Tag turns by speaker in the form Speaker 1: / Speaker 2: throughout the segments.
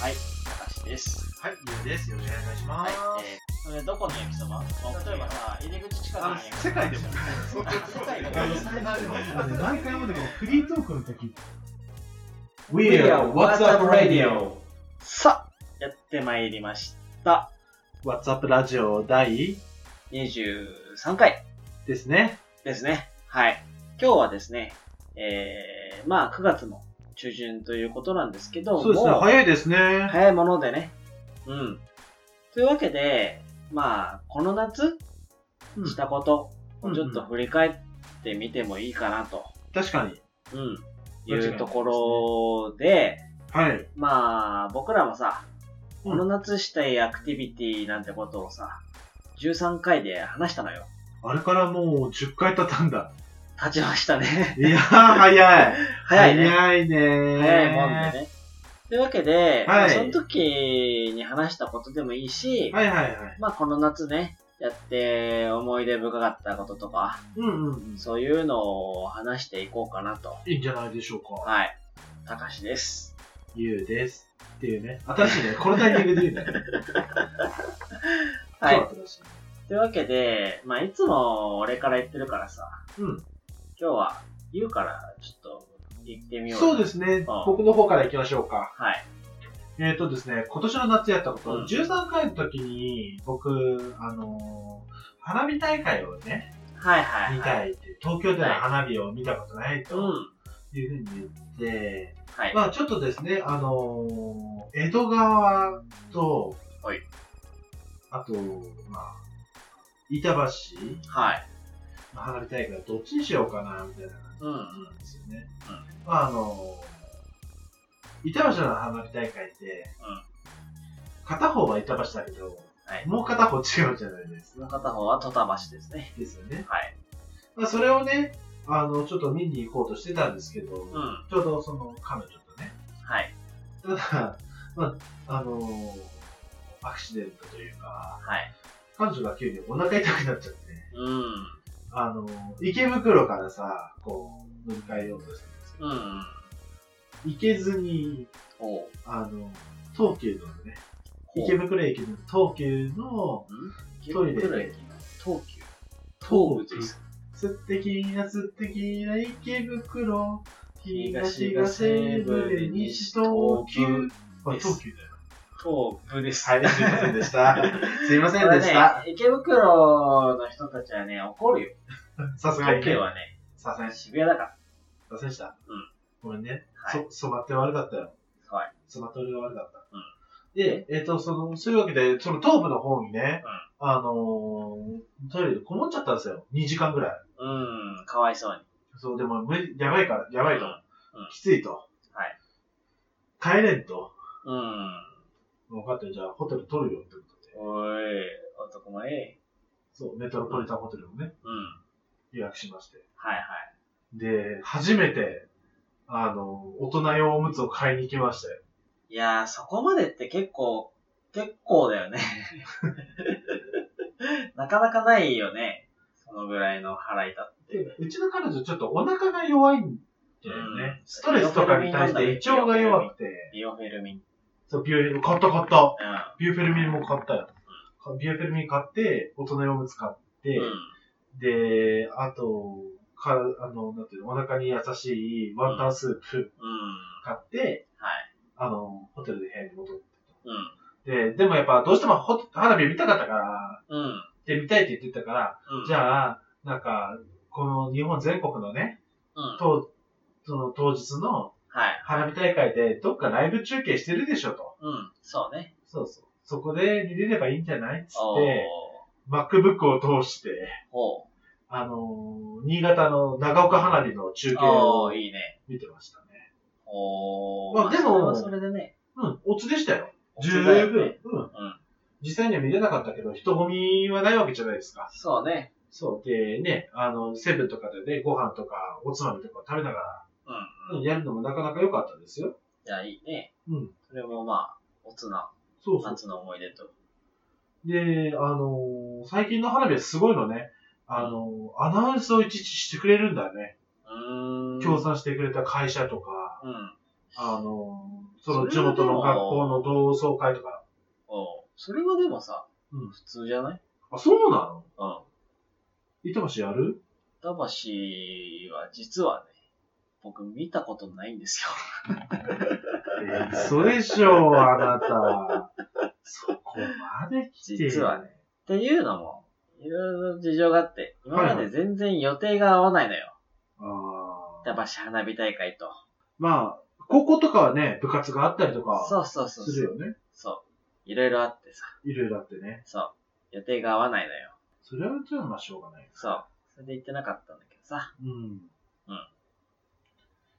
Speaker 1: はい、私です。
Speaker 2: はい、ゆうです。よろしくお願いしま
Speaker 1: はい
Speaker 2: す。、
Speaker 1: えー、それどこの焼きそば、まあ、例えばさ、入り口近くの
Speaker 2: あ
Speaker 1: 焼きそば。
Speaker 2: 世界でも。
Speaker 1: 世界でも
Speaker 2: あの最 大でも
Speaker 3: あと何回もだけど、フリートークの時、
Speaker 1: We are What's Up Radio! さあ、やってまいりました。
Speaker 2: What's Up ラジオ第
Speaker 1: 23回
Speaker 2: ですね。
Speaker 1: ですね。はい。今日はですね、えー、まあ9月も中旬ということなんですけども、
Speaker 2: そうですね。
Speaker 1: もう
Speaker 2: 早いですね。
Speaker 1: 早いものでね。うん。というわけで、まあ、この夏
Speaker 2: うん
Speaker 1: したこと
Speaker 2: う
Speaker 1: を
Speaker 2: んうん
Speaker 1: ちょっと振り返ってみてもいいかなと、
Speaker 2: 確かに。
Speaker 1: うんい
Speaker 3: 間違いないう
Speaker 1: ところで、
Speaker 2: はい。
Speaker 1: まあ、僕らもさ、
Speaker 2: うん
Speaker 1: この夏したいアクティビティなんてことをさ、13回で話したのよ。
Speaker 2: あれからもう10回経ったんだ。
Speaker 1: 立ちましたね。
Speaker 2: いやー、早い。
Speaker 1: 早いね。
Speaker 2: 早いねー。
Speaker 1: 早いもんでね。というわけで、まあその時に話したことでもいいし、
Speaker 2: はいはいはい。
Speaker 1: まあこの夏ね、やって思い出深かったこととか、
Speaker 2: うんうんうん。
Speaker 1: そういうのを話していこうかなと。
Speaker 2: いいんじゃないでしょうか。
Speaker 1: はい。たかしです。
Speaker 2: ゆうです。っていうね。新しいね。このタイミングで言うんだね。
Speaker 1: はい。
Speaker 2: 今日新しい。
Speaker 1: というわけで、まあいつも俺から言ってるからさ、
Speaker 2: うん。
Speaker 1: 今日は言うからちょっと言ってみよう。
Speaker 2: そうですすね。
Speaker 1: ああ
Speaker 2: 僕の方から行きましょうか。
Speaker 1: はい。
Speaker 2: えっ、とですね、今年の夏やったこと、
Speaker 1: うん
Speaker 2: 13回の時に、僕、あのー花火大会をね、
Speaker 1: はいはい、
Speaker 2: 見
Speaker 1: はい。
Speaker 2: たいって、東京での花火を見たことな
Speaker 1: う
Speaker 2: い
Speaker 1: ん。
Speaker 2: というふうに言って、
Speaker 1: はい。
Speaker 2: まあちょっとですね、あのー江戸川と、
Speaker 1: はい
Speaker 2: あと、まあ、板橋
Speaker 1: はい。
Speaker 2: の花火大会どっちにしようかな、みたいな感じ
Speaker 1: うん。
Speaker 2: なんですよね。まああの、板橋の花火大会って、片方は板橋だけど、
Speaker 1: はい
Speaker 2: もう片方違うじゃないですか。
Speaker 1: 片方は戸田橋ですね。
Speaker 2: ですよね。
Speaker 1: はい。
Speaker 2: まあ、それをね、あの、ちょっと見に行こうとしてたんですけど、
Speaker 1: ん
Speaker 2: ちょうどその彼女とね、
Speaker 1: はい。
Speaker 2: ただ、まあ、あのアクシデントというか、
Speaker 1: はい。
Speaker 2: 彼女が急にお腹痛くなっちゃって、
Speaker 1: うん。
Speaker 2: あの池袋からさ、こう、乗り換えようとしたんですけど、
Speaker 1: うん。
Speaker 2: 行けずに、
Speaker 1: おう。
Speaker 2: あの、東急のね、池袋駅の東急の
Speaker 1: ト
Speaker 2: ト
Speaker 1: イ
Speaker 2: イ
Speaker 1: レ
Speaker 2: レ
Speaker 1: 東急東部です
Speaker 2: すってきなすってきな池袋東
Speaker 1: 東
Speaker 2: が
Speaker 1: が
Speaker 2: 西
Speaker 1: 西
Speaker 2: 部
Speaker 1: 部
Speaker 2: 西
Speaker 1: 西
Speaker 2: 東
Speaker 1: 東
Speaker 2: 急
Speaker 1: 急
Speaker 2: まあ
Speaker 1: です
Speaker 2: 東急だよ
Speaker 1: 東部です
Speaker 2: はいすいませんでした すいませ
Speaker 1: こ
Speaker 2: ん
Speaker 1: れ
Speaker 2: でした
Speaker 1: ね池袋の人たちはね怒るよ
Speaker 2: さすが
Speaker 1: 東
Speaker 2: にね
Speaker 1: 京はね
Speaker 2: さすがにすい
Speaker 1: 渋谷だから
Speaker 2: ませんでした
Speaker 1: うん
Speaker 2: ごめんね
Speaker 1: はい
Speaker 2: そ染まって悪かったよ
Speaker 1: はい
Speaker 2: 染まって俺が悪かった
Speaker 1: うん
Speaker 2: でえっとそのそういうわけでその東部の方にねあのートイレでこもっちゃったんですよ2時間ぐらい
Speaker 1: うんかわいそうに
Speaker 2: そう、でも、無理やばいから、やばいと。
Speaker 1: うん
Speaker 2: きついと。
Speaker 1: はい
Speaker 2: 帰れんと。
Speaker 1: うん
Speaker 2: 分かったよじゃあ、ホテル取るよってことで。
Speaker 1: おい男もええ
Speaker 2: そう、メトロポリタンホテルをね、
Speaker 1: うん
Speaker 2: 予約しまして。
Speaker 1: はい
Speaker 2: で、初めて、あの、大人用おむつを買いに行きましたよ。
Speaker 1: いいやーそこまでって結構結構だよね なかなかないよねそのぐらいの腹痛って
Speaker 2: で、うちの彼女ちょっとお腹が弱いんだよ
Speaker 1: う
Speaker 2: ね。
Speaker 1: ん
Speaker 2: ストレスとかに対して胃腸が弱くて。
Speaker 1: ビオフェルミン
Speaker 2: そう、ビューフェルミン、買った買った。
Speaker 1: う
Speaker 2: ビューフェルミンも買ったよ。ビューフェルミン買って、大人用おむつ買って、
Speaker 1: んうん
Speaker 2: で、あと、か、あの、なんていうの、お腹に優しいワンタンスープ
Speaker 1: うん
Speaker 2: 買って、
Speaker 1: はい
Speaker 2: あの、ホテルで部屋に戻って
Speaker 1: うん
Speaker 2: と。で、でもやっぱどうしてもホ花火見たかったから、
Speaker 1: うん。
Speaker 2: で、見たいって言ってたから、じ
Speaker 1: あ、
Speaker 2: ゃあ、なんか、この日本全国のね、
Speaker 1: うん、
Speaker 2: 当その当日の
Speaker 1: はい。
Speaker 2: 花火大会でどっかライブ中継してるでしょと。
Speaker 1: うん、そうね。
Speaker 2: そうそう。そこで見れればいいんじゃないっつっ
Speaker 1: お
Speaker 2: て、MacBook を通して、
Speaker 1: お
Speaker 2: あの新潟の長岡花火の中継
Speaker 1: お
Speaker 2: を
Speaker 1: おいいね。
Speaker 2: 見てましたね。
Speaker 1: お
Speaker 2: まあでも
Speaker 1: それはそれでね、
Speaker 2: うん、オツでしたよ。十
Speaker 1: 本当だよね
Speaker 2: 分。うん。
Speaker 1: うん。
Speaker 2: 実際には見れなかったけど、人混みはないわけじゃないですか。
Speaker 1: そうね。
Speaker 2: そう。で、ね、あの、セブンとかでね、ご飯とか、おつまみとか食べなが
Speaker 1: うん。
Speaker 2: ら、うん、やるのもなかなか良かったですよ。
Speaker 1: いや、いいね。
Speaker 2: うん。
Speaker 1: それもまあ、おつな、
Speaker 2: そうそう。
Speaker 1: 夏の思い出と。
Speaker 2: で、あのー最近の花火はすごいのね。あの、アナウンスをいちいちしてくれるんだよね。
Speaker 1: うん。
Speaker 2: 協賛してくれた会社とか、
Speaker 1: うん。
Speaker 2: あの、その地元の学校の同窓会とか。
Speaker 1: おうそれはでもさ、
Speaker 2: うん
Speaker 1: 普通じゃない
Speaker 2: あ、そうなの
Speaker 1: うん。
Speaker 2: 板橋やる
Speaker 1: 板橋は実はね、僕見たことないんですよ。
Speaker 2: え、嘘でしょう、あなた。そこまで来て。
Speaker 1: 実は
Speaker 2: ね。
Speaker 1: っていうのも、いろいろ事情があって、今まで全然予定が合わないのよ。
Speaker 2: あ
Speaker 1: 板
Speaker 2: ー
Speaker 1: 橋花火大会と。
Speaker 2: まあ、高校とかはね、部活があったりとか、
Speaker 1: そうそうそう
Speaker 2: す
Speaker 1: そ
Speaker 2: る
Speaker 1: う。
Speaker 2: よね。
Speaker 1: そう。いろいろあってさ、
Speaker 2: いろいろあってね。
Speaker 1: そう。予定が合わないのよ。
Speaker 2: それはじゃあまあしょうがない。
Speaker 1: そう。それで行ってなかったんだけどさ。
Speaker 2: うん。
Speaker 1: うん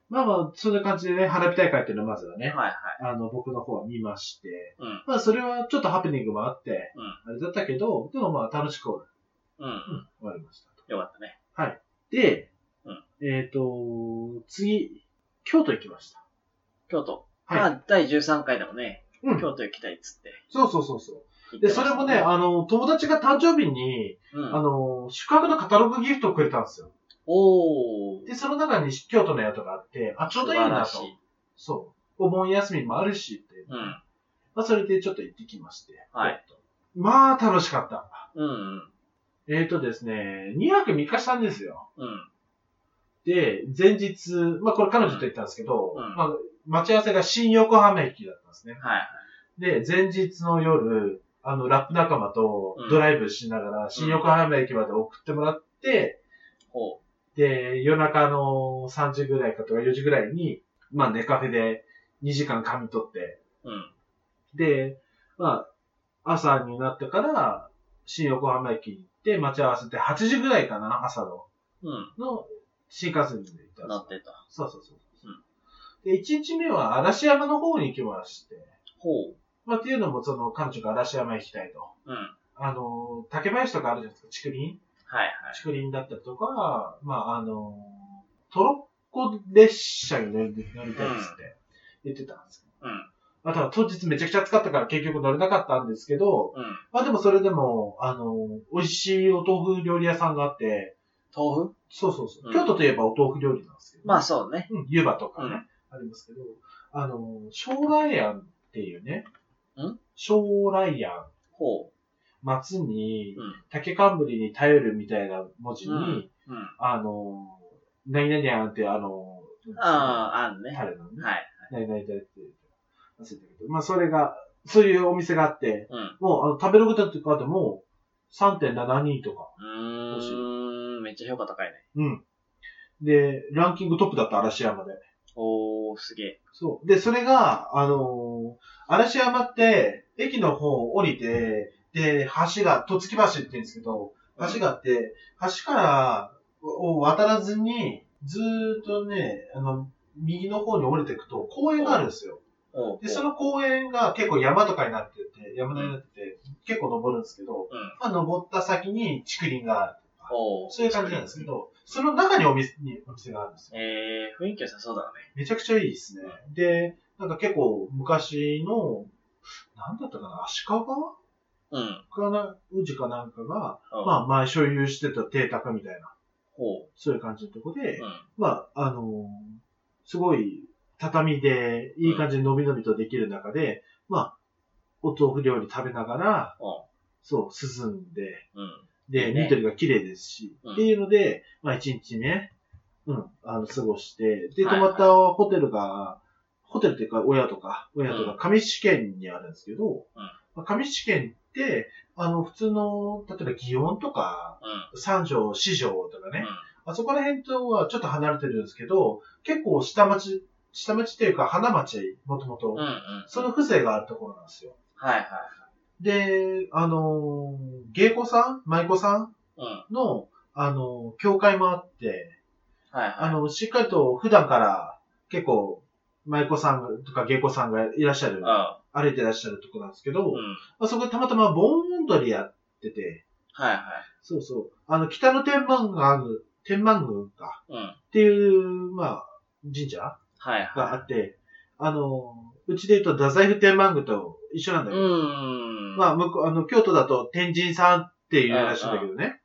Speaker 2: まあまあ、そんな感じでね、花火大会っていうのはまずはね、
Speaker 1: はいはい。
Speaker 2: あの、僕の方は見まして、
Speaker 1: うん。
Speaker 2: まあそれはちょっとハプニングもあって、
Speaker 1: う
Speaker 2: あれだったけど、でもまあ楽しく終
Speaker 1: うん。うん。
Speaker 2: わりましたと。
Speaker 1: よかったね。
Speaker 2: で、
Speaker 1: うん
Speaker 2: えっ、と、次、京都行きました。
Speaker 1: 京都。
Speaker 2: はい
Speaker 1: まあ、第13回でもね、
Speaker 2: うん
Speaker 1: 京都行きたいっつって
Speaker 2: そうそうそうそ
Speaker 1: 言
Speaker 2: う。
Speaker 1: って
Speaker 2: で、
Speaker 1: まし
Speaker 2: そ
Speaker 1: た。
Speaker 2: れもね、あの、友達が誕生日に、
Speaker 1: うん、
Speaker 2: あの、宿泊のカタログギフトをくれたんですよ。
Speaker 1: おー。
Speaker 2: で、その中に京都の宿があって、あ、ちょうどいいな
Speaker 1: 素
Speaker 2: と
Speaker 1: 晴らし。い
Speaker 2: そう。お盆休みもあるしって。
Speaker 1: うん。
Speaker 2: まあ、それでちょっと行ってきまして。
Speaker 1: はい。
Speaker 2: まあ、楽しかった。
Speaker 1: うんうん。
Speaker 2: えっ、ー、とですね、2泊3日したんですよ。
Speaker 1: うん。
Speaker 2: で、前日、まあ、これ彼女と言ったんですけど、
Speaker 1: うん
Speaker 2: まあ、待ち合わせが新横浜駅だったんですね。
Speaker 1: はい。
Speaker 2: で、前日の夜、あの、ラップ仲間と
Speaker 1: うん
Speaker 2: ドライブしながら、新横浜駅まで送ってもらって、
Speaker 1: ほ
Speaker 2: で、夜中の3時ぐらいかとか4時ぐらいに、まあ、ネカフェで2時間髪取って、
Speaker 1: う。うん。
Speaker 2: で、まあ、朝になってから、新横浜駅に行って、待ち合わせて、8時ぐらいかな、朝の、
Speaker 1: うん。
Speaker 2: の新幹線で行ったんです
Speaker 1: なってた。
Speaker 2: そうそうそう。
Speaker 1: うん
Speaker 2: で、1日目は嵐山の方に行きまして、
Speaker 1: ほう。
Speaker 2: まあ、っていうのも、その、彼女が嵐山行きたいと。
Speaker 1: うん。はい
Speaker 2: あの、竹林とかあるじゃないですか、竹林
Speaker 1: はい。
Speaker 2: 竹林だったりとか、まあ、あの、トロッコ列車に乗り乗りたいですって言ってたんですけど。
Speaker 1: うん。
Speaker 2: まあ、ただ当日めちゃくちゃ暑かったから結局乗れなかったんですけど、
Speaker 1: うん。
Speaker 2: まあでもそれでも、あの、美味しいお豆腐料理屋さんがあって、
Speaker 1: 豆腐
Speaker 2: そうそうそう。
Speaker 1: うん
Speaker 2: 京都といえばお豆腐料理なんですけど、
Speaker 1: まあそうね。
Speaker 2: うん、湯葉とかね、
Speaker 1: うん
Speaker 2: ありますけど、あの、将来庵っていうね、
Speaker 1: ん
Speaker 2: 将来庵、
Speaker 1: ほ
Speaker 2: 松に
Speaker 1: う。、うん。
Speaker 2: 竹冠に頼るみたいな文字に、
Speaker 1: うんうん。
Speaker 2: あの、何々庵ってあの、
Speaker 1: ああ、あんね。
Speaker 2: タレのね、
Speaker 1: はい。
Speaker 2: 何々だって忘れたけど、まあそれが、そういうお店があって、
Speaker 1: うん。
Speaker 2: もうあの食べログだとかでも、3.72とか、
Speaker 1: うーん。めっちゃ評価高いね。
Speaker 2: うん。で、ランキングトップだった嵐山で。
Speaker 1: おー、すげえ。
Speaker 2: そう。で、それが、あのー嵐山って、駅の方を降りて、で、橋が、戸月橋って言うんですけど、橋があって、橋から、を渡らずに、ずーっとね、あの、右の方に降りていくと、公園があるんですよ。
Speaker 1: おう
Speaker 2: で、その公園が結構山とかになってて、山のようになってて、結構登るんですけど、
Speaker 1: うん
Speaker 2: まあ、登った先に竹林がある。
Speaker 1: おう
Speaker 2: そういう感じなんですけど、その中にお店にお店があるんですよ。
Speaker 1: えー、雰囲気良さそうだね。
Speaker 2: めちゃくちゃいいですね。で、なんか結構昔の、なんだったかな、足利
Speaker 1: うん。
Speaker 2: かな、宇治かなんかが、
Speaker 1: うん
Speaker 2: まあ前所有してた邸宅みたいな、
Speaker 1: ほ
Speaker 2: そういう感じのとこで
Speaker 1: う。う、ん。
Speaker 2: まああのーすごい畳でいい感じに伸び伸びとできる中で、まあ、お豆腐料理食べながら、そう、涼んで、
Speaker 1: うん。い
Speaker 2: で、
Speaker 1: いね
Speaker 2: 緑が綺麗ですし、
Speaker 1: うん
Speaker 2: っていうので、まあ一日目、うん、あの、過ごして、で、
Speaker 1: は
Speaker 2: 泊
Speaker 1: いは
Speaker 2: ま
Speaker 1: い
Speaker 2: ったホテルが、ホテルっていうか、親とか、親と
Speaker 1: う
Speaker 2: か、上市県にあるんですけど、まあ上市県って、あの、普通の、例えば祇園とか、
Speaker 1: うん。
Speaker 2: 三条、四条とか
Speaker 1: う
Speaker 2: ね、
Speaker 1: ん。
Speaker 2: あそこら辺とはちょっと離れてるんですけど、結構下町、下町っていうか、花町、もともと
Speaker 1: うん。う、ん。
Speaker 2: その風情があるところなんですよ。
Speaker 1: はいはい。
Speaker 2: で、あのー芸妓さん舞妓さん
Speaker 1: うん。
Speaker 2: の、あの、教会もあって、
Speaker 1: はい
Speaker 2: あ
Speaker 1: はい。
Speaker 2: の、しっかりと普段から結構、舞妓さんとか芸妓さんがいらっしゃる、
Speaker 1: あ
Speaker 2: 歩いてらっしゃるとこなんですけど、
Speaker 1: う
Speaker 2: ま
Speaker 1: ん。
Speaker 2: あ、そこでたまたま盆踊りやってて、
Speaker 1: はいはい。
Speaker 2: そうそう、あの、北の天満宮がある、天満宮か、
Speaker 1: うん。
Speaker 2: っていう、まあ、神社が
Speaker 1: はい
Speaker 2: あ
Speaker 1: は
Speaker 2: って、あの、うちで言うと太宰府天満宮と一緒なん
Speaker 1: い。
Speaker 2: だ
Speaker 1: う
Speaker 2: けど、
Speaker 1: ーん。
Speaker 2: まあ、向こう、あの、京都だと天神さんっていうらしいんだけどね。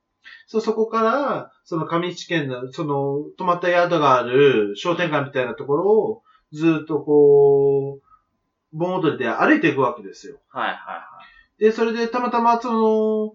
Speaker 2: そう、そこから、その上市県の、その、泊まった宿がある商店街みたいなところを、ずっとこう、盆踊りで歩いていくわけですよ。
Speaker 1: はいはいは
Speaker 2: で、それでたまたまそ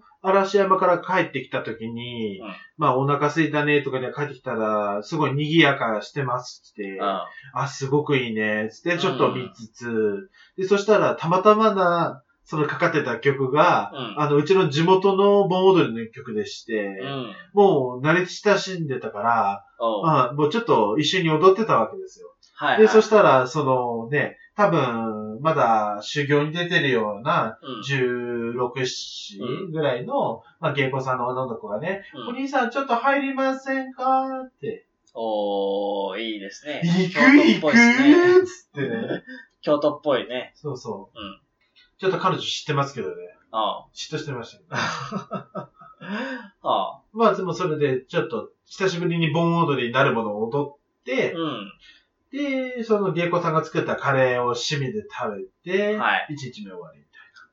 Speaker 2: の、嵐山から帰ってきた時に、
Speaker 1: うん
Speaker 2: まあお腹空いたねとかで帰ってきたら、すごい賑やかしてますって、
Speaker 1: い。うん。
Speaker 2: あ、すごくいいね、つってちょっと見つつ、で、そしたらたまたまな、そのかかってた曲が、
Speaker 1: うん
Speaker 2: あの、うちの地元の盆踊りの曲でして、
Speaker 1: うん。
Speaker 2: もう慣れ親しんでたから、
Speaker 1: おうはい
Speaker 2: まあ、もうちょっと一緒に踊ってたわけですよ。
Speaker 1: はい。
Speaker 2: で、そしたら、そのね、多分、まだ修行に出てるような、
Speaker 1: うん
Speaker 2: 16、7ぐらいの、まあ、芸妓さんの女の子がね、
Speaker 1: うん
Speaker 2: お兄さんちょっと入りませんかって。
Speaker 1: おー、いいですね。
Speaker 2: 行く
Speaker 1: 京都っ
Speaker 2: 行く
Speaker 1: ぽいですね。
Speaker 2: っつってね。
Speaker 1: 京都っぽいね。
Speaker 2: そうそう。
Speaker 1: うん
Speaker 2: ちょっと彼女知ってますけどね。
Speaker 1: あ
Speaker 2: 嫉妬してましたけど。
Speaker 1: あ。ああ。
Speaker 2: まあ、でもそれで、ちょっと、久しぶりに盆踊りになるものを踊って、
Speaker 1: う
Speaker 2: で、その芸妓さんが作ったカレーを趣味で食べて、
Speaker 1: はい
Speaker 2: 1日目終わりみ
Speaker 1: ん。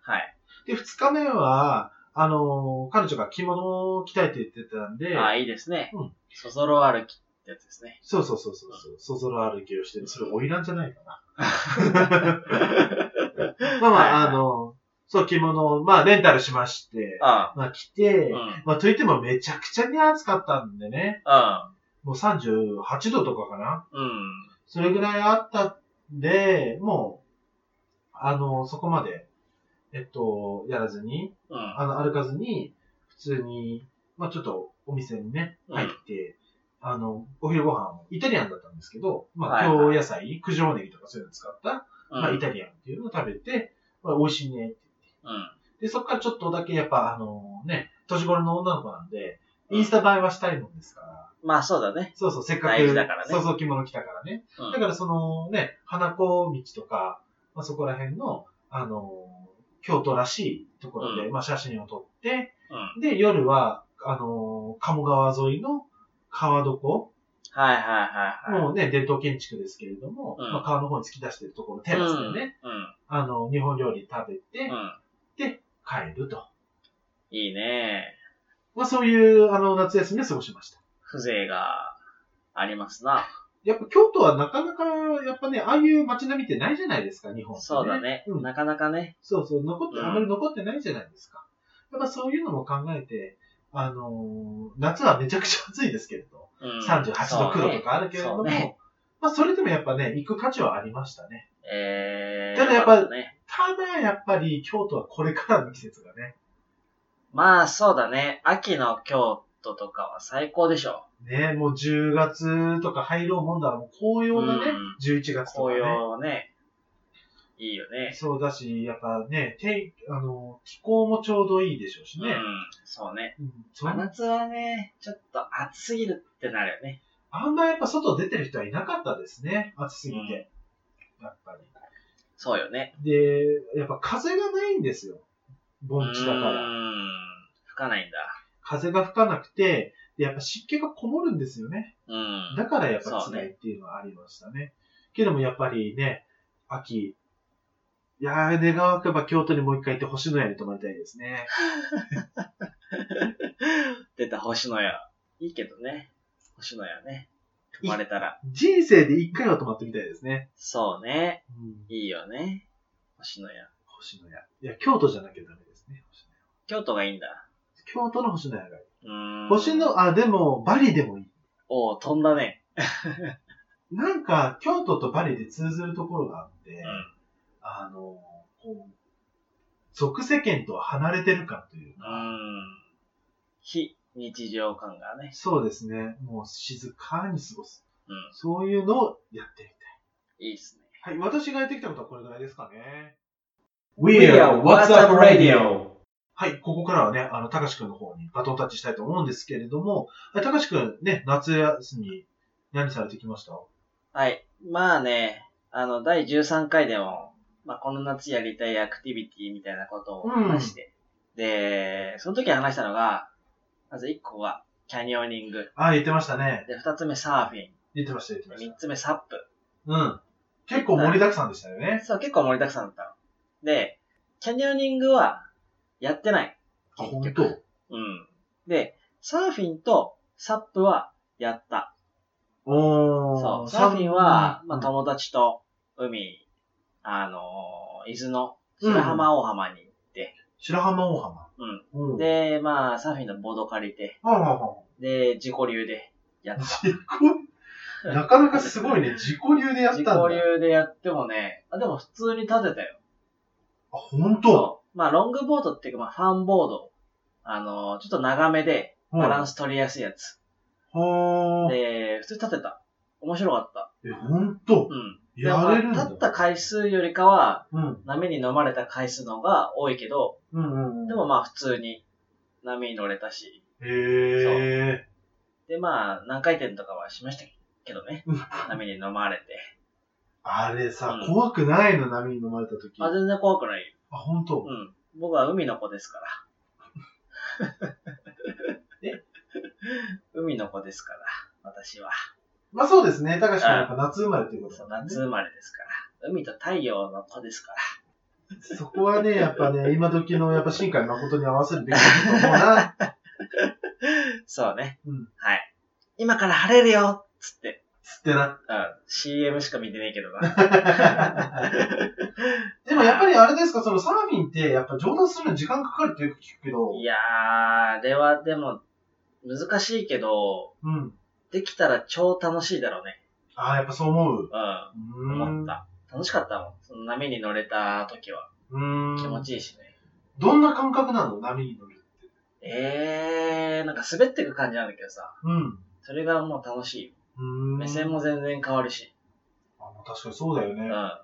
Speaker 1: はい。
Speaker 2: たいな。で、2日目は、あのー彼女が着物を着たいって言ってたんで、
Speaker 1: ああ、いいですね
Speaker 2: うん。
Speaker 1: そぞろ歩きってやつですね。
Speaker 2: そうそうそうそうそう、そぞろ歩きをしてる。それ、花魁じゃないか な。まあまあ、
Speaker 1: はいはい
Speaker 2: あのーそう、着物を、まあ、レンタルしまして、
Speaker 1: あ
Speaker 2: まあ、着
Speaker 1: あ。うん。う
Speaker 2: て、
Speaker 1: ん。
Speaker 2: まあ、といってもめちゃくちゃに暑かったんでね、
Speaker 1: う
Speaker 2: もう38度とかかな。
Speaker 1: ん。
Speaker 2: それぐらいあったんで、もう、あの、そこまで、えっと、やらずに、
Speaker 1: うん。
Speaker 2: あの、歩かずに、普通に、まあちょっとお店にね、
Speaker 1: うん
Speaker 2: 入って、あの、お昼ご飯を、イタリアンだったんですけど、ま
Speaker 1: は
Speaker 2: あ
Speaker 1: いはい
Speaker 2: 京野菜、九条ネギとかそういうの使った、
Speaker 1: うん。
Speaker 2: まあイタリアンっていうのを食べて、まあ美味しいねって。
Speaker 1: うん。
Speaker 2: で、そこからちょっとだけやっぱ、あのね、年頃の女の子なんで、インスタ映えはしたいもんですから、
Speaker 1: まあ、そうだね。
Speaker 2: そうそう、せっかく、
Speaker 1: 大事だからね
Speaker 2: そうそう着物着たからね。
Speaker 1: うん
Speaker 2: だからそのね、花子道とか、まあ、そこら辺の、あのー京都らしいところで、
Speaker 1: う
Speaker 2: まあ、写真を撮って、
Speaker 1: うん。
Speaker 2: で、夜は、あのー鴨川沿いの川床、
Speaker 1: はいはいはいはい。
Speaker 2: もうね、伝統建築ですけれども、
Speaker 1: うん
Speaker 2: まあ、川の方に突き出してるところ、テラスでね、
Speaker 1: うん。
Speaker 2: あの、日本料理食べて
Speaker 1: うん。うん。
Speaker 2: 帰ると。
Speaker 1: いいね。
Speaker 2: まあ、そういう、あの、夏休みを過ごしました。
Speaker 1: 風情がありますな。
Speaker 2: やっぱ京都はなかなか、やっぱね、ああいう街並みってないじゃないですか、日本って、
Speaker 1: そうだね。
Speaker 2: うん
Speaker 1: なかなかね。
Speaker 2: そうそう、残って、
Speaker 1: うん
Speaker 2: あまり残ってないじゃないですか。やっぱそういうのも考えて、あのー夏はめちゃくちゃ暑いですけれど、
Speaker 1: うん。
Speaker 2: 38度、9度と
Speaker 1: か。
Speaker 2: かあるけれども、
Speaker 1: そうね
Speaker 2: まあそれでもやっぱね、行く価値はありましたね。
Speaker 1: えー。
Speaker 2: ただやっぱ
Speaker 1: よかたね。
Speaker 2: ただやっぱり京都はこれからの季節がね、
Speaker 1: まあ、そうだね。秋の京都とかは最高でしょ
Speaker 2: ね、もう10月とか入ろうもんだらもう紅葉がね、
Speaker 1: うん
Speaker 2: 11
Speaker 1: う。
Speaker 2: 月とか
Speaker 1: 紅
Speaker 2: ね。
Speaker 1: 葉をね。いいよね。
Speaker 2: そうだし、やっぱね、天あの気候もちょうどいいでしょうし
Speaker 1: う
Speaker 2: ね。
Speaker 1: ん。そうね。
Speaker 2: うん、そ
Speaker 1: 真
Speaker 2: ん
Speaker 1: 夏はね、ちょっと暑すぎるってなるよね。
Speaker 2: あんまやっぱ外出てる人はいなかったですね、暑すぎて。やっぱり。
Speaker 1: そうよね。
Speaker 2: で、やっぱ風がないんですよ。盆地だか
Speaker 1: う
Speaker 2: ら。
Speaker 1: ん。吹かないんだ。
Speaker 2: 風が吹かなくて、でやっぱ湿気がこもるんですよね。
Speaker 1: うん。
Speaker 2: だからやっぱ
Speaker 1: そう
Speaker 2: 辛い
Speaker 1: ね。
Speaker 2: っていうのはありましたね。けどもやっぱりね、秋。いやー、願わくば京都にもう一回行って星のやに泊まりたいですね。
Speaker 1: 出た星のや。いいけどね。星のやね。生まれたら。
Speaker 2: 人生で一回は泊まってみたいですね。
Speaker 1: そうね。
Speaker 2: うん、
Speaker 1: いいよね。星のや。
Speaker 2: 星のや。いや、京都じゃなきゃダメですね。星の
Speaker 1: 京都がいいんだ。
Speaker 2: や京都の星のやがいい。
Speaker 1: うん。
Speaker 2: 星の、あ、でも、バリでもいい。
Speaker 1: おう飛んだね。
Speaker 2: なんか、京都とバリで通ずるところがあって、
Speaker 1: うん
Speaker 2: あの、こう、俗世間とは離れてる感という
Speaker 1: う
Speaker 2: か、
Speaker 1: ん。非日常感がね。
Speaker 2: そうですね、もう静かに過ごす。
Speaker 1: うん
Speaker 2: そういうのをやってみ
Speaker 1: いいっすね。
Speaker 2: たい。はい、私がやってきたことはこれぐらいですかね。
Speaker 1: We are What's Up Radio
Speaker 2: はい、ここからはね、あの、たかしくんの方にバトンタッチしたいと思うんですけれども、はいたかしくん、ね、夏休み、何されてきました
Speaker 1: はい。まあね、あの、第13回でも、まあ、この夏やりたいアクティビティみたいなことを話して、で、その時話したのが、まず1個は、キャニオニング。
Speaker 2: あ、言ってましたね。
Speaker 1: で、2つ目サーフィン。
Speaker 2: 言ってました、言ってまし
Speaker 1: 3つ目サップ。
Speaker 2: た。うん。結構盛りだくさんでしたよね。
Speaker 1: そう、結構盛りだくさんだったの。で、キャニオニングは、やってない。
Speaker 2: あ、
Speaker 1: 結
Speaker 2: 本
Speaker 1: 局
Speaker 2: 当。
Speaker 1: うで、サーフィンとサップはやった。
Speaker 2: おー。
Speaker 1: そう。サーフィンは、
Speaker 2: うん
Speaker 1: まあ、友達と海、あのー伊豆の白浜大浜に行って、
Speaker 2: 白浜大浜。うん。で、
Speaker 1: で、まあ、サーフィンのボード借りて、
Speaker 2: はあ、はあは
Speaker 1: で、自己流でやっ
Speaker 2: あ、自己、なかなかすごいね。自己流でや
Speaker 1: た。
Speaker 2: った
Speaker 1: 自
Speaker 2: ん
Speaker 1: 己
Speaker 2: だ。
Speaker 1: 流でやってもね、あでも普通に立てたよ。
Speaker 2: あ、ほんと
Speaker 1: う。まあ、ロングボードっていうか、まあ、ファンボード。あのーちょっと長めで、バラン
Speaker 2: ス。
Speaker 1: ス取りやすいやつ。
Speaker 2: はー。
Speaker 1: で、普通に立てた。面白かった。
Speaker 2: え、ほんと
Speaker 1: うん。で
Speaker 2: やれるん
Speaker 1: ま
Speaker 2: だ。
Speaker 1: あ立った回数よりかは、
Speaker 2: うん。
Speaker 1: 波に飲まれた回数の方が多いけど、
Speaker 2: うんうんうん。
Speaker 1: でもまあ普通に波に乗れたし、
Speaker 2: へー。
Speaker 1: でまあ何回転とかはしましたけどね
Speaker 2: うん。
Speaker 1: 波に飲まれて。
Speaker 2: あれさ、
Speaker 1: うん
Speaker 2: 怖くないの波に飲まれた時。
Speaker 1: まあ
Speaker 2: あ、
Speaker 1: 全然怖くない。
Speaker 2: ほんと
Speaker 1: うん。僕は海の子ですから。 海の子ですから、私は。
Speaker 2: まあそうですね。高橋君はやっぱ夏生まれということ
Speaker 1: そう
Speaker 2: だね
Speaker 1: 夏生まれですから。海と太陽の子ですから。
Speaker 2: そこはね、やっぱね、今時のやっぱ新海誠に合わせるべきだと思うな。
Speaker 1: そうね。
Speaker 2: うん
Speaker 1: はい。今から晴れるよつって。
Speaker 2: つってな。
Speaker 1: うん。CM しか見てねえけどな。
Speaker 2: でもやっぱりあれですか、そのサーフィンって、やっぱ上達するのに時間かかるってよく聞くけど。
Speaker 1: いやー、あれはでも、難しいけど、
Speaker 2: うん。
Speaker 1: できたら超楽しいだろうね。
Speaker 2: ああ、やっぱそう思
Speaker 1: うん。
Speaker 2: う。うーん。
Speaker 1: 思った。楽しかったもん。その波に乗れた時は
Speaker 2: うーん。
Speaker 1: 気持ちいいしね。
Speaker 2: どんな感覚なの波に乗る。
Speaker 1: えー、なんか滑っていく感じなんだけどさ。
Speaker 2: うん。
Speaker 1: それがもう楽しいよ。
Speaker 2: うーん。
Speaker 1: 目線も全然変わるし。
Speaker 2: あ。まあ確かにそうだよね。
Speaker 1: うん、
Speaker 2: や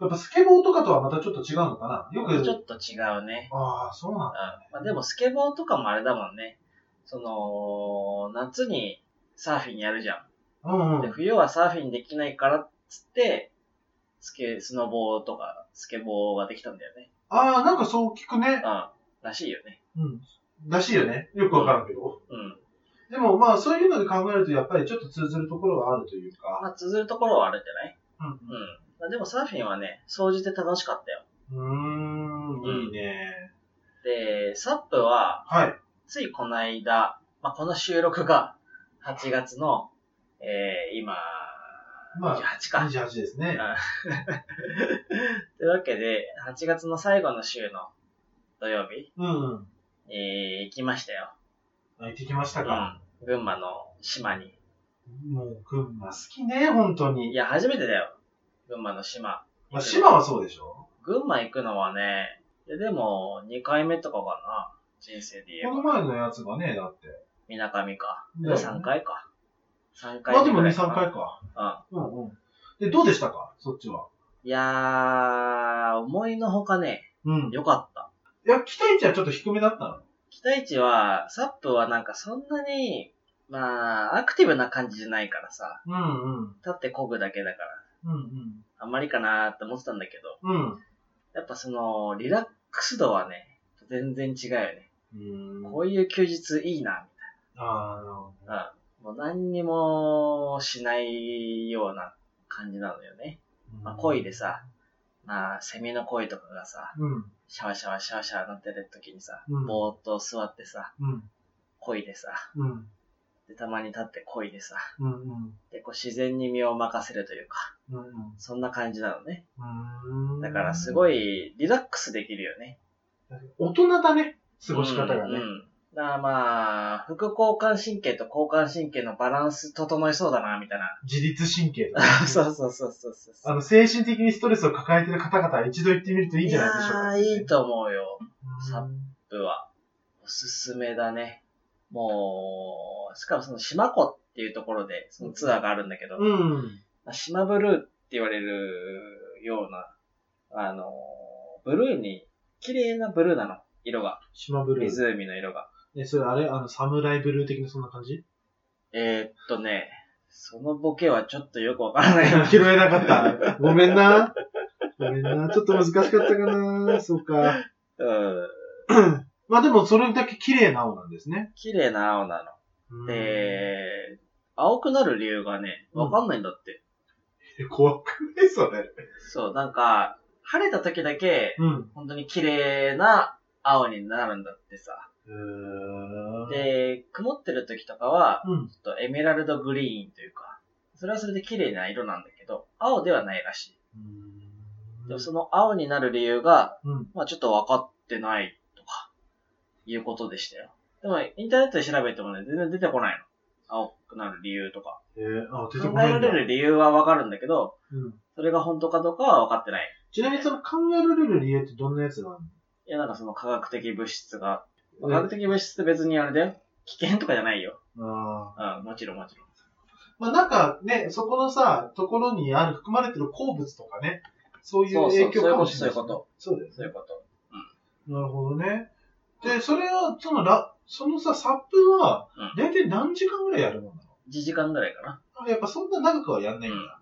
Speaker 1: う
Speaker 2: っぱスケボーとかとはまたちょっと違うのかなよ
Speaker 1: ん。
Speaker 2: く。
Speaker 1: ちょっと違うね。
Speaker 2: ああ、そうなん
Speaker 1: うん
Speaker 2: だ。。
Speaker 1: まあ、でもスケボーとかもあれだもんね。その、夏にサーフィンやるじゃ。
Speaker 2: うんうん
Speaker 1: で、
Speaker 2: ん。
Speaker 1: 冬はサーフィンできないからっつって、スケ、スノボーとかスケボーができたんだよね。
Speaker 2: ああ、なんかそう聞くね。
Speaker 1: うん。らしいよね。
Speaker 2: うん。らしいよね。よくわからんけど。
Speaker 1: うん。
Speaker 2: でもまあそういうので考えると、やっぱりちょっと通ずるところがあるというか。
Speaker 1: まあ、通ずるところはあるんじゃない
Speaker 2: うん
Speaker 1: うん。まあ、でもサーフィンはね、掃除て楽しかったよ。
Speaker 2: うん。うーん、いいね。
Speaker 1: で、サップは、
Speaker 2: はい。
Speaker 1: ついこの間、まあ、この収録が8月の、えー、今、
Speaker 2: まあ
Speaker 1: 28か。
Speaker 2: 28ですね。
Speaker 1: というわけで、8月の最後の週の土曜日、
Speaker 2: うんうん。
Speaker 1: えー、行きましたよ。
Speaker 2: 行ってきましたか。
Speaker 1: うん。群馬の島に。
Speaker 2: もう、群馬好きね、本当
Speaker 1: い
Speaker 2: に。
Speaker 1: や、初めてだよ。群馬の島。
Speaker 2: まあ、島はそうでしょ
Speaker 1: 群馬行くのはね、いやでも、2回目とかかな。人生で言え
Speaker 2: この
Speaker 1: ば。
Speaker 2: 前のやつがね、だって。
Speaker 1: みなかみか。
Speaker 2: だよね
Speaker 1: 3回か。3回
Speaker 2: まあでも2、
Speaker 1: 目ぐらいかな
Speaker 2: 3回か。
Speaker 1: うん。
Speaker 2: うんうん。で、どうでしたかそっちは。
Speaker 1: いやー、思いのほかね、
Speaker 2: うん。
Speaker 1: 良かった。
Speaker 2: いや、期待値はちょっと低めだったの。
Speaker 1: 期待値は、サップはなんかそんなに、まあ、アクティブな感じじゃないからさ、
Speaker 2: うんうん。
Speaker 1: 立って漕ぐだけだから、
Speaker 2: うん
Speaker 1: あんまりかなーって思ってたんだけど、
Speaker 2: うん。うん。
Speaker 1: やっぱその、リラックス度はね、全然違うよね。
Speaker 2: うん
Speaker 1: こういう休日いいな、
Speaker 2: ああ、なるほ
Speaker 1: みたいな。うん。もう何にもしないような感じなのよね。
Speaker 2: ど。
Speaker 1: まあ、恋でさ、まあ、セミの恋とかがさ、
Speaker 2: うん。
Speaker 1: シャワシャワシャワシャワなってる時にさ、
Speaker 2: うん
Speaker 1: ぼーっと座ってさ、
Speaker 2: うん。
Speaker 1: 恋でさ、
Speaker 2: うん。
Speaker 1: で、たまに立って恋でさ、
Speaker 2: うん。うん。
Speaker 1: で、こう自然に身を任せるというか、
Speaker 2: うん。
Speaker 1: そんな感じなのね。
Speaker 2: うん。
Speaker 1: だからす
Speaker 2: い。
Speaker 1: ごいリラックスできるよね。
Speaker 2: 大人だね。過ごし方が
Speaker 1: うん。う
Speaker 2: ね。
Speaker 1: んだからまあ、副交感神経と交感神経のバランス整いそうだな、みたいな。
Speaker 2: 自律神経とか。
Speaker 1: そうそうそうそうそうそう。
Speaker 2: あの、精神的にストレスを抱えてる方々は一度行ってみるといいんじゃないでしょうか。
Speaker 1: いやーいいと思うよ、サ
Speaker 2: う
Speaker 1: ッ
Speaker 2: ん
Speaker 1: 部は。おすすめだね。もう、しかもその島湖っていうところで、そのツアーがあるんだけど、
Speaker 2: うん。
Speaker 1: まあ島ブルーって言われるような、あのー、ブルーに、綺麗なブルーなの、色が。
Speaker 2: 島ブルー。
Speaker 1: 湖の色が。
Speaker 2: え、それあれあの、サムライブルー的なそんな感じ
Speaker 1: えー、っとね、そのボケはちょっとよくわからない。
Speaker 2: 拾えなかった。ごめんな。ごめんな。ちょっと難しかったかな。そうか。
Speaker 1: うん。
Speaker 2: まあでも、それだけ綺麗な青なんですね。
Speaker 1: 綺麗な青な
Speaker 2: うん
Speaker 1: の。で、青くなる理由がね、わかんないんだって。
Speaker 2: え怖くないそれ。
Speaker 1: そう、なんか、晴れた時だけ、
Speaker 2: うん。
Speaker 1: 本当に綺麗な青になるんだってさ。
Speaker 2: うーんうん。
Speaker 1: で、曇ってる時とかは、
Speaker 2: うん
Speaker 1: ちょっとエメラルドグリーンというか、それはそれで綺麗な色なんだけど、青ではないらしい。でもその青になる理由が、
Speaker 2: うん
Speaker 1: まあちょっと分かってないとか、いうことでしたよ。でも、インターネットで調べてもね、全然出てこないの。青くなる理由とか。
Speaker 2: えー、あ、出て
Speaker 1: 考
Speaker 2: こ
Speaker 1: え
Speaker 2: ない
Speaker 1: ら
Speaker 2: んだ
Speaker 1: れ。る理由は分かるんだけど、
Speaker 2: うん
Speaker 1: それが本当かどうかは分かってない。
Speaker 2: ちなみにその考えられる理由ってどんなやつなの
Speaker 1: いや、なんかその科学的物質が、
Speaker 2: う
Speaker 1: 科
Speaker 2: ん
Speaker 1: 学的物質って別にあれだよ。危険とかじゃないよ。
Speaker 2: ああ。
Speaker 1: うん、もちろんもちろん。
Speaker 2: まあなんかね、そこのさ、ところにある、含まれてる鉱物とかね、そういう
Speaker 1: そうそう
Speaker 2: 影響かもしれない。
Speaker 1: そういうこと
Speaker 2: そうだよね。
Speaker 1: そういうこと。
Speaker 2: なるほどね。で、それは、そのラ、そのさ、サップは
Speaker 1: うん、
Speaker 2: だいたい何時間ぐらいやるもんなの、
Speaker 1: 1時間ぐらいかな。
Speaker 2: やっぱそんな長くはやんないんだ。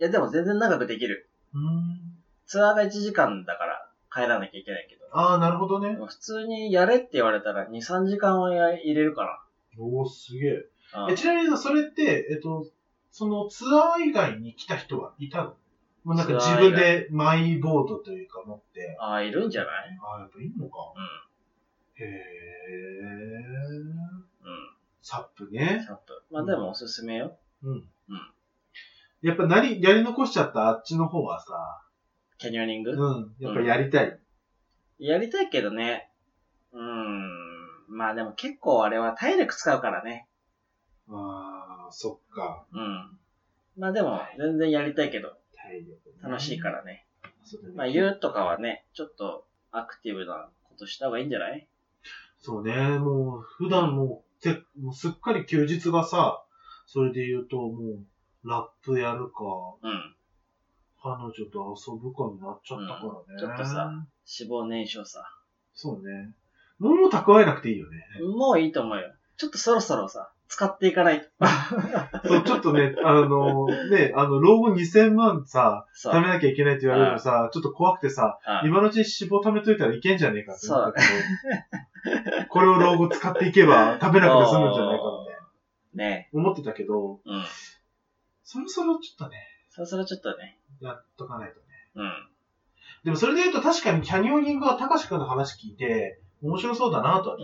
Speaker 1: いや、でも全然長くできる。
Speaker 2: うーん。
Speaker 1: ツアーが1時間だから帰らなきゃいけないけど。
Speaker 2: ああ、なるほど
Speaker 1: で
Speaker 2: ね。
Speaker 1: も普通にやれって言われたら2、3時間はや入れるか
Speaker 2: おお、すげえ。
Speaker 1: ら。う
Speaker 2: え
Speaker 1: ん
Speaker 2: ちなみにさ、それって、えっと、そのツアー以外に来た人はいたのもうなんか自分でマイボードというか持って。
Speaker 1: ああ、いるんじゃない
Speaker 2: ああ、やっぱいいのか。へえ。
Speaker 1: うん。
Speaker 2: サップ
Speaker 1: うん。
Speaker 2: ね。
Speaker 1: ちゃんと。まあでもおすすめよ。
Speaker 2: うん。
Speaker 1: うん
Speaker 2: やっぱ何、やり残しちゃったあっちの方はさ、
Speaker 1: キャニオニング、
Speaker 2: うん。やっぱやりたい。
Speaker 1: やりたいけどね。うーん。まあでも結構あれは体力使うからね。
Speaker 2: ああ、そっか。
Speaker 1: うん。まあでも全然やりたいけど
Speaker 2: 体力、ね。
Speaker 1: 楽しいからね。
Speaker 2: そうだね。
Speaker 1: まあ、言うとかはね、ちょっとアクティブなことした方がいいんじゃない
Speaker 2: そうね、もう、普段もう、て、もうすっかり休日がさ、それで言うと、もう、ラップやるか、
Speaker 1: うん。
Speaker 2: 彼女と遊ぶかになっちゃったからね。
Speaker 1: うんちょっとさ。脂肪燃焼さ。
Speaker 2: そうね。もう蓄えなくていいよね。
Speaker 1: もういいと思うよ。ちょっとそろそろさ、使っていかないと。
Speaker 2: そう、ちょっと ね、あの、ね、あの、老後2000万さ、
Speaker 1: そう。
Speaker 2: 貯めなきゃいけないって言われるのさ、ちょっと怖くてさ、
Speaker 1: うん
Speaker 2: 今のうちに脂肪貯めといたらいけんじゃねえかって思ったけど、これを老後使っていけば食べなくて済むんじゃないかって
Speaker 1: ね
Speaker 2: 思ってたけど、
Speaker 1: え。うん。
Speaker 2: そろそろちょっとね、
Speaker 1: そろそろちょっとね。
Speaker 2: やっとかないとね。
Speaker 1: うん。
Speaker 2: でもそれで言うと確かにキャニオニングは高志くんの話聞いて、面白そうだなとは、
Speaker 1: うん。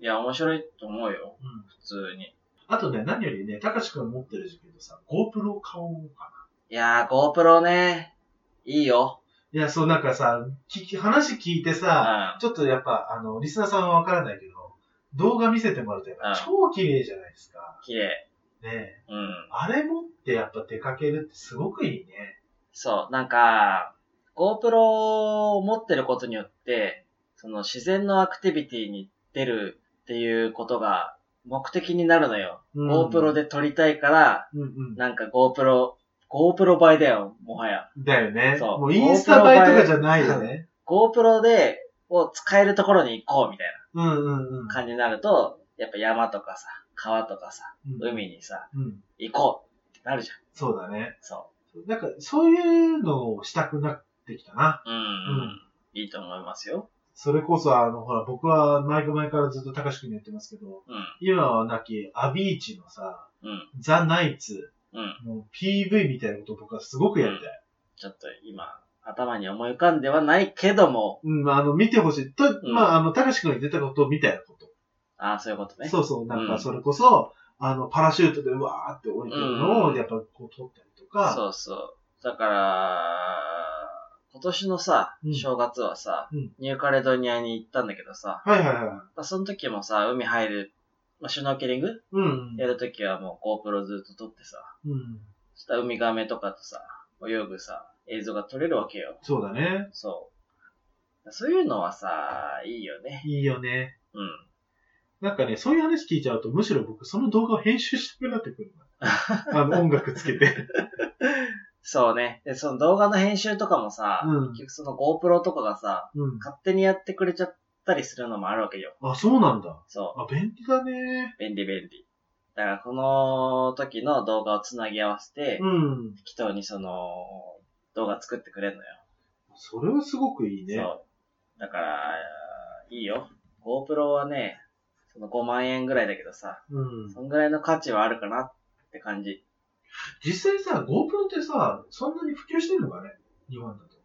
Speaker 1: いや、面白いと思うよ。
Speaker 2: うん
Speaker 1: 普通に。
Speaker 2: あとね、何よりね、高志くん持ってる時期とさ、GoPro を買おうか
Speaker 1: いやー、GoPro ね。いいよ。
Speaker 2: な。いや、そうなんかさ、聞き、話聞いて
Speaker 1: う
Speaker 2: さ、
Speaker 1: ん。
Speaker 2: ちょっとやっぱ、あの、リスナーさんはわからないけど、動画見せてもらうとやっぱ
Speaker 1: うん
Speaker 2: 超綺麗じゃないですか。
Speaker 1: 綺麗。
Speaker 2: ねえ
Speaker 1: うん。
Speaker 2: あれ持ってやっぱ出かけるってすごくいいね。
Speaker 1: そう。なんか、GoPro を持ってることによって、その自然のアクティビティに出るっていうことが目的になるのよ。
Speaker 2: うん
Speaker 1: GoPro で撮りたいから、
Speaker 2: うんうん。
Speaker 1: なんか GoPro、GoPro 映えだよ、もはや。
Speaker 2: だよね。
Speaker 1: そう
Speaker 2: もうインスタ映えとかじゃないよね。
Speaker 1: GoPro で、を使えるところに行こうみたい
Speaker 2: うんうんうん。
Speaker 1: な感じになると、やっぱ山とかさ、川とかさ、
Speaker 2: うん
Speaker 1: 海にさ、
Speaker 2: うん。
Speaker 1: 行こうってなるじゃん。
Speaker 2: そうだね。
Speaker 1: そ
Speaker 2: なんか、そういうのをしたくなってきたな。
Speaker 1: う。うん。
Speaker 2: うん
Speaker 1: いいと思いますよ。
Speaker 2: それこそ、あの、ほら、僕は前々からずっと高志くんに言ってますけど、
Speaker 1: うん。
Speaker 2: 今はなき、アビーチのさ、
Speaker 1: うん。
Speaker 2: ザ・ナイツ
Speaker 1: うん。
Speaker 2: の PV みたいなことを僕はすごくやりたい。
Speaker 1: ちょっと今、頭に思い浮かんではないけども、
Speaker 2: うん、あの、見てほしい。と、
Speaker 1: ん
Speaker 2: まあ、あの、高志くんに出たことみたいなこと。
Speaker 1: ああ、そういうことね。
Speaker 2: そうそう、なん
Speaker 1: う
Speaker 2: か、
Speaker 1: ん
Speaker 2: それこそ、あの、パラシュートでうわーって降りてる
Speaker 1: う
Speaker 2: のを、
Speaker 1: ん
Speaker 2: やっぱこう撮ったりとか、
Speaker 1: そうそう。だから、今年のさ
Speaker 2: う、ん
Speaker 1: 正月はさ、
Speaker 2: うん
Speaker 1: ニューカレドニアに行ったんだけどさ、
Speaker 2: はいはいはい。
Speaker 1: まあその時もさ、海入る、まあ、シュノーケリング
Speaker 2: うん。
Speaker 1: やるときはもう GoPro ずっと撮ってさ、
Speaker 2: うん。
Speaker 1: そしたらウミガメとかとさ、泳ぐさ、映像が撮れるわけよ。
Speaker 2: そうだね。
Speaker 1: そう。そういうのはさ、いいよね。
Speaker 2: いいよね。
Speaker 1: うん。
Speaker 2: なんかね、そういう話聞いちゃうと、むしろ僕、その動画を編集したくなってく るな。あの、音楽つけて。
Speaker 1: そうね。で、その動画の編集とかもさ、
Speaker 2: うん
Speaker 1: 結。局その GoPro とかがさ、
Speaker 2: うん。
Speaker 1: 勝手にやってくれちゃったりするのもあるわけよ。
Speaker 2: あ、そうなんだ。
Speaker 1: そ
Speaker 2: あ、便利だね。
Speaker 1: う。便利便利。だからこの時の動画をつなぎ合わせて、
Speaker 2: うん。
Speaker 1: 適当にその、動画作ってくれるのよ。
Speaker 2: それはすごくいいね。
Speaker 1: そう。だから、いいよ。GoPro はね、その5万円ぐらいだけどさ、
Speaker 2: うん。
Speaker 1: そんぐらいの価値はあるかなって感じ。
Speaker 2: 実際さ、GoPro ってさ、そんなに普及してるのかね日本だと。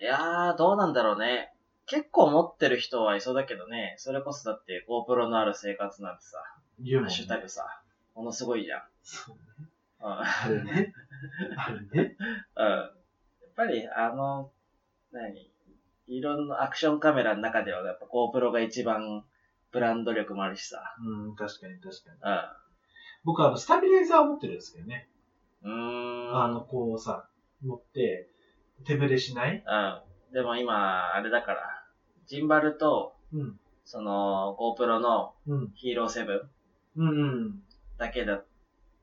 Speaker 1: いやー、どうなんだろうね。結構持ってる人はいそうだけどね、それこそだって GoPro のある生活なんてさ、
Speaker 2: 言う
Speaker 1: ハ
Speaker 2: もん
Speaker 1: ッシュタグさ、ものすごいじゃん。
Speaker 2: そう
Speaker 1: うん
Speaker 2: あれね。あれね。
Speaker 1: うんやっぱりあの、何いろんなアクションカメラの中ではやっぱ GoPro が一番ブランド力もあるしさ。
Speaker 2: うん、確かに確か
Speaker 1: う
Speaker 2: に。
Speaker 1: ん。
Speaker 2: 僕はあの、スタビライザー持ってるんですけどね。
Speaker 1: うーん。
Speaker 2: あの、こうさ、持って、手ぶれしない
Speaker 1: うん。でも今、あれだから、ジンバルと、
Speaker 2: うん。
Speaker 1: その GoPro の
Speaker 2: うん。
Speaker 1: ヒーロー7
Speaker 2: うんうん。
Speaker 1: だけだ、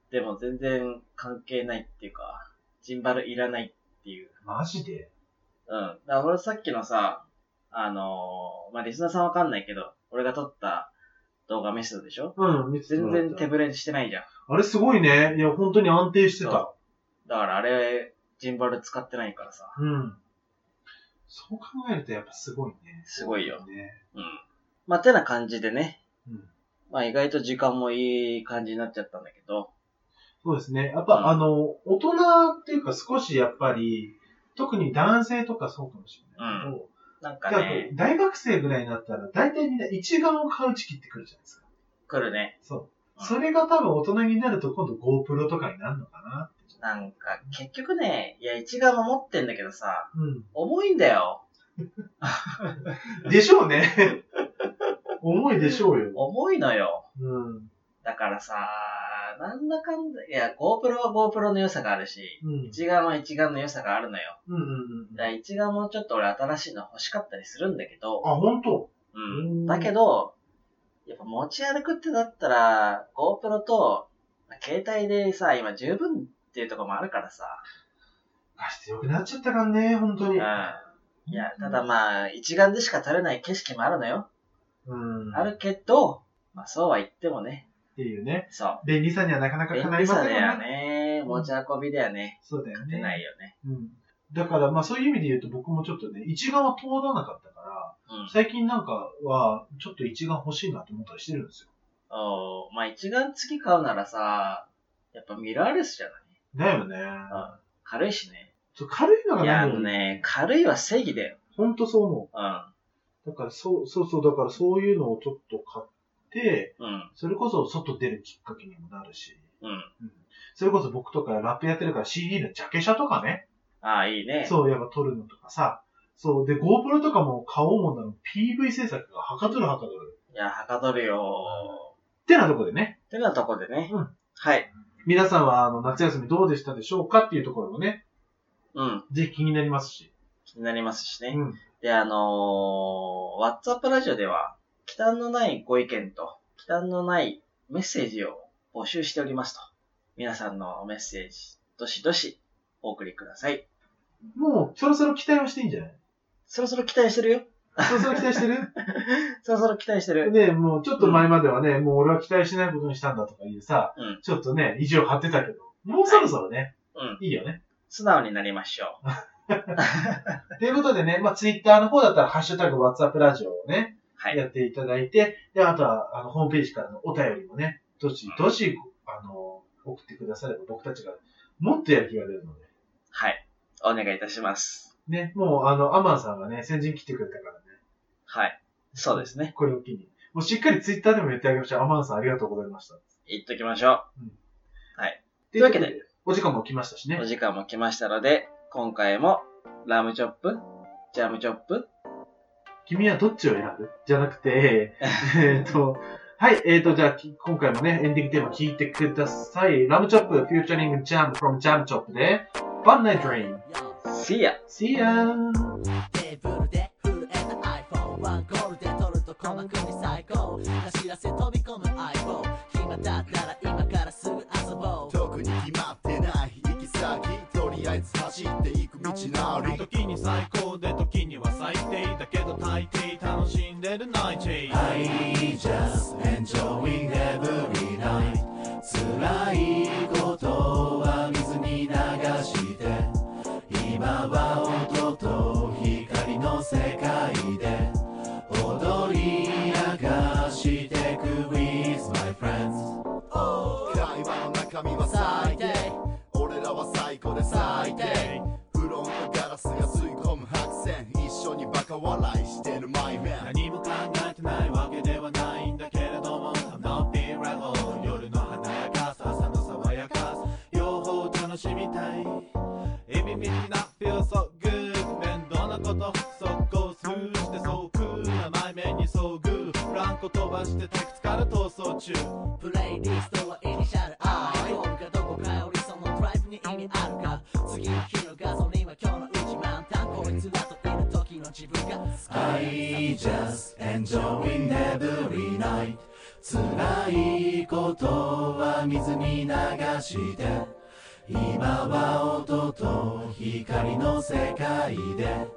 Speaker 1: でも全然関係ないっていうか、ジンバルいらないっていう。
Speaker 2: マジで
Speaker 1: うん。だから俺さっきのさ、あのーまあ、リスナーさんわかんないけど、俺が撮った動画見せたでしょ
Speaker 2: うん、見て
Speaker 1: 全
Speaker 2: もらった
Speaker 1: 然手ぶれしてないじゃん。
Speaker 2: あれすごいね。いや、本当に安定してた。
Speaker 1: だからあれ、ジンバル使ってないからさ。
Speaker 2: うん。そう考えるとやっぱすごいね。
Speaker 1: すごいよ
Speaker 2: ね。
Speaker 1: うん。まあ、てな感じでね。
Speaker 2: うん。
Speaker 1: まあ、意外と時間もいい感じになっちゃったんだけど。
Speaker 2: そうですね。やっ
Speaker 1: うん
Speaker 2: ぱ、あの、大人っていうか少しやっぱり、特に男性とかそうかもしれないけど、
Speaker 1: なんか
Speaker 2: やっぱ
Speaker 1: ね、
Speaker 2: 大学生ぐらいになったら、大体みんな一眼を買う時期ってくるじゃないですか。
Speaker 1: 来るね。
Speaker 2: そうう。
Speaker 1: ん
Speaker 2: それが多分大人になると今度 GoPro とかになるのかな。
Speaker 1: なんか、結局ね、いや、一眼も持ってんだけどさ、
Speaker 2: う
Speaker 1: 重いんだよ。
Speaker 2: ん。でしょうね。重いでしょうよ。
Speaker 1: 重いのよ。
Speaker 2: うん。
Speaker 1: だからさ、なんだかんだ、いや、GoPro は GoPro の良さがあるし、
Speaker 2: うん。
Speaker 1: 一眼は一眼の良さがあるのよ。
Speaker 2: うんうんうん
Speaker 1: だから一眼もちょっと俺新しいの欲しかったりするんだけど、
Speaker 2: あ、本当
Speaker 1: うん
Speaker 2: うん
Speaker 1: だけど、やっぱ持ち歩くってなったら、GoPro と、まあ携帯でさ、今十分っていうところもあるからさ。
Speaker 2: 画質良くなっちゃったからね、本当
Speaker 1: う
Speaker 2: に。
Speaker 1: ん。いや、ただまあ、一眼でしか撮れない景色もあるのよ。
Speaker 2: うん。
Speaker 1: あるけど、まあそうは言ってもね、
Speaker 2: っていうね。
Speaker 1: そ
Speaker 2: 便利さにはなかな
Speaker 1: う。
Speaker 2: か
Speaker 1: 便
Speaker 2: 叶い
Speaker 1: 利
Speaker 2: ま
Speaker 1: さ
Speaker 2: せん
Speaker 1: だ
Speaker 2: よ
Speaker 1: よ
Speaker 2: ね。
Speaker 1: ね。持ち運びだよね。
Speaker 2: そうだよ
Speaker 1: 出な
Speaker 2: ね。
Speaker 1: いよね。
Speaker 2: うん。だから、まあそういう意味で言うと僕もちょっとね、一眼は通らなかったから、
Speaker 1: うん。
Speaker 2: 最近なんかは、ちょっと一眼欲しいなと思ったりしてるんですよ。
Speaker 1: おーまあ一眼次買うならさ、やっぱミラーレスじゃない
Speaker 2: だよね。
Speaker 1: ん軽いしね。
Speaker 2: ちょ軽いのが
Speaker 1: いや、あ
Speaker 2: ない
Speaker 1: の
Speaker 2: の
Speaker 1: ね、軽いは正義だよ。
Speaker 2: ほんとそう思
Speaker 1: う
Speaker 2: う。だから、そう、そうそう、だからそういうのをちょっと買って、
Speaker 1: ん。うん。
Speaker 2: それこそ外出るきっかけにもなるし、
Speaker 1: うん。
Speaker 2: それこそ僕とかラップやってるから CD のジャケ写とかね、
Speaker 1: ああ、いいね。
Speaker 2: そう、やっぱ撮るのとかさ、そう、で、GoPro とかも買おうもんなの PV 制作がはかどるはかどる。
Speaker 1: いや、はかどるよ
Speaker 2: ってなとこでね、
Speaker 1: ー。てなとこでね。
Speaker 2: うん
Speaker 1: はい。
Speaker 2: 皆さんはあの夏休みどうでしたでしょうかっていうところもね、
Speaker 1: うん。
Speaker 2: ぜひ気になりますし。
Speaker 1: 気になりますし
Speaker 2: う
Speaker 1: ね。
Speaker 2: ん。
Speaker 1: で、あのー、WhatsApp ラジオでは、忌憚のないご意見と、忌憚のないメッセージを募集しておりますと。皆さんのメッセージ、どしどしお送りください。
Speaker 2: もう、そろそろ期待をしていいんじゃない
Speaker 1: そろそろ期待してるよ。
Speaker 2: そろそろ期待して る
Speaker 1: そろそろ期待してる。
Speaker 2: ねもうちょっと前まではね、もう俺は期待しないことにしたんだとかいうさ、
Speaker 1: うん
Speaker 2: ちょっとね、意地を張ってたけど、もうそろそろね、
Speaker 1: うん。
Speaker 2: いいよね。
Speaker 1: 素直になりましょう。
Speaker 2: ということでね、まあ、ツイッターの方だったら、ハッシュタグ、ワッツアップラジオをね、
Speaker 1: はい
Speaker 2: やっていただいて、で、あとは、あの、ホームページからのお便りもね、どしどし、あの、送ってくだされば、僕たちがもっとやる気が出るので。
Speaker 1: はい。お願いいたします。
Speaker 2: ね、もう、あの、アマンさんがね、先陣切ってくれたからね。
Speaker 1: はい。そうですね。
Speaker 2: これを機に。もうしっかりツイッターでも言ってあげましょう。アマンさんありがとうございました。
Speaker 1: 言っときましょ
Speaker 2: と
Speaker 1: いうわけで、
Speaker 2: お時間も来ましたしね
Speaker 1: う。お。時間も来ましたので、今回もラムチョップ、ジャムチョップ、
Speaker 2: 君はどっちを選ぶじゃなくて、 えっと、はい、えっ、ー、と、じゃあ、き今回もね、エンディングテーマ聞いてください。ラムチョップ、フューチャリングジャム from ジャムチョップで、Fun Night Dream。
Speaker 1: See ya!
Speaker 2: See ya!
Speaker 4: テーブルで震えた iPhone ワンゴールで取るとこの国最高走らせ飛び込む相棒暇だったら今からすぐ遊ぼう
Speaker 5: 特に決まってない行き先とりあえず走っていく道なり
Speaker 6: 時に最高で時には最低だけど大抵楽しんでるナイチェイ
Speaker 5: I just enjoying every night 辛いことは水に流して今は音と光の世界で踊り明かしてく with my friends 会話の中身は
Speaker 4: 最低
Speaker 5: 俺らは最高で最低フロントガラスが吸い込む白線一緒にバカ笑いして
Speaker 6: しみたい Every minute I feel so good 面倒なこと速攻スルーしてそうく甘い目に遭遇フランコ飛ばして退屈から逃走中
Speaker 4: プレイリストはイニシャル I ゴールがどこかよりそのドライブに意味あるか次の日のガソリンは今日のうち満タンこいつらといる時の自分が好き
Speaker 5: I just enjoying every night 辛いことは水に流して今は音と光の世界で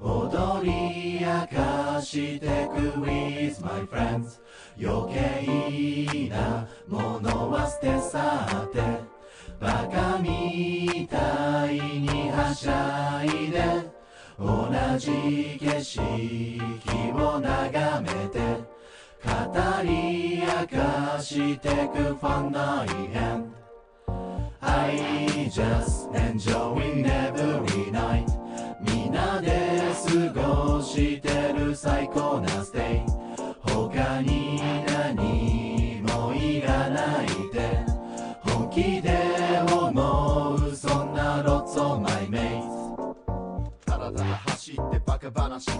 Speaker 5: 踊り明かしてく with my friends 余計なものは捨て去ってバカみたいにはしゃいで同じ景色を眺めて語り明かしてく fun night and I just enjoying every night みんなで過ごしてる最高なステイ他に何もいらないで本気で思うそんな lots of my mates
Speaker 7: ただただ走ってバカ話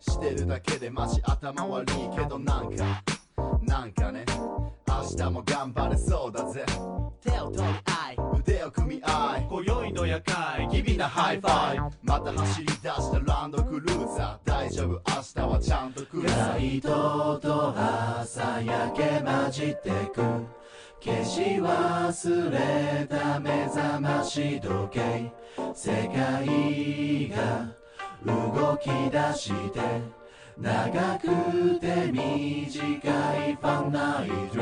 Speaker 7: してるだけでマジ頭悪いけどなんかなんかね明日も頑張れそうだぜ
Speaker 4: 手を取り合い
Speaker 7: 腕を組み合い
Speaker 6: 今宵の夜会
Speaker 7: 機微なハイファイまた走り出したランドクルーザー大丈夫明日はちゃんと来るさ
Speaker 5: ライトと朝焼け混じってく消し忘れた目覚まし時計世界が動き出して長くて短いファンナイト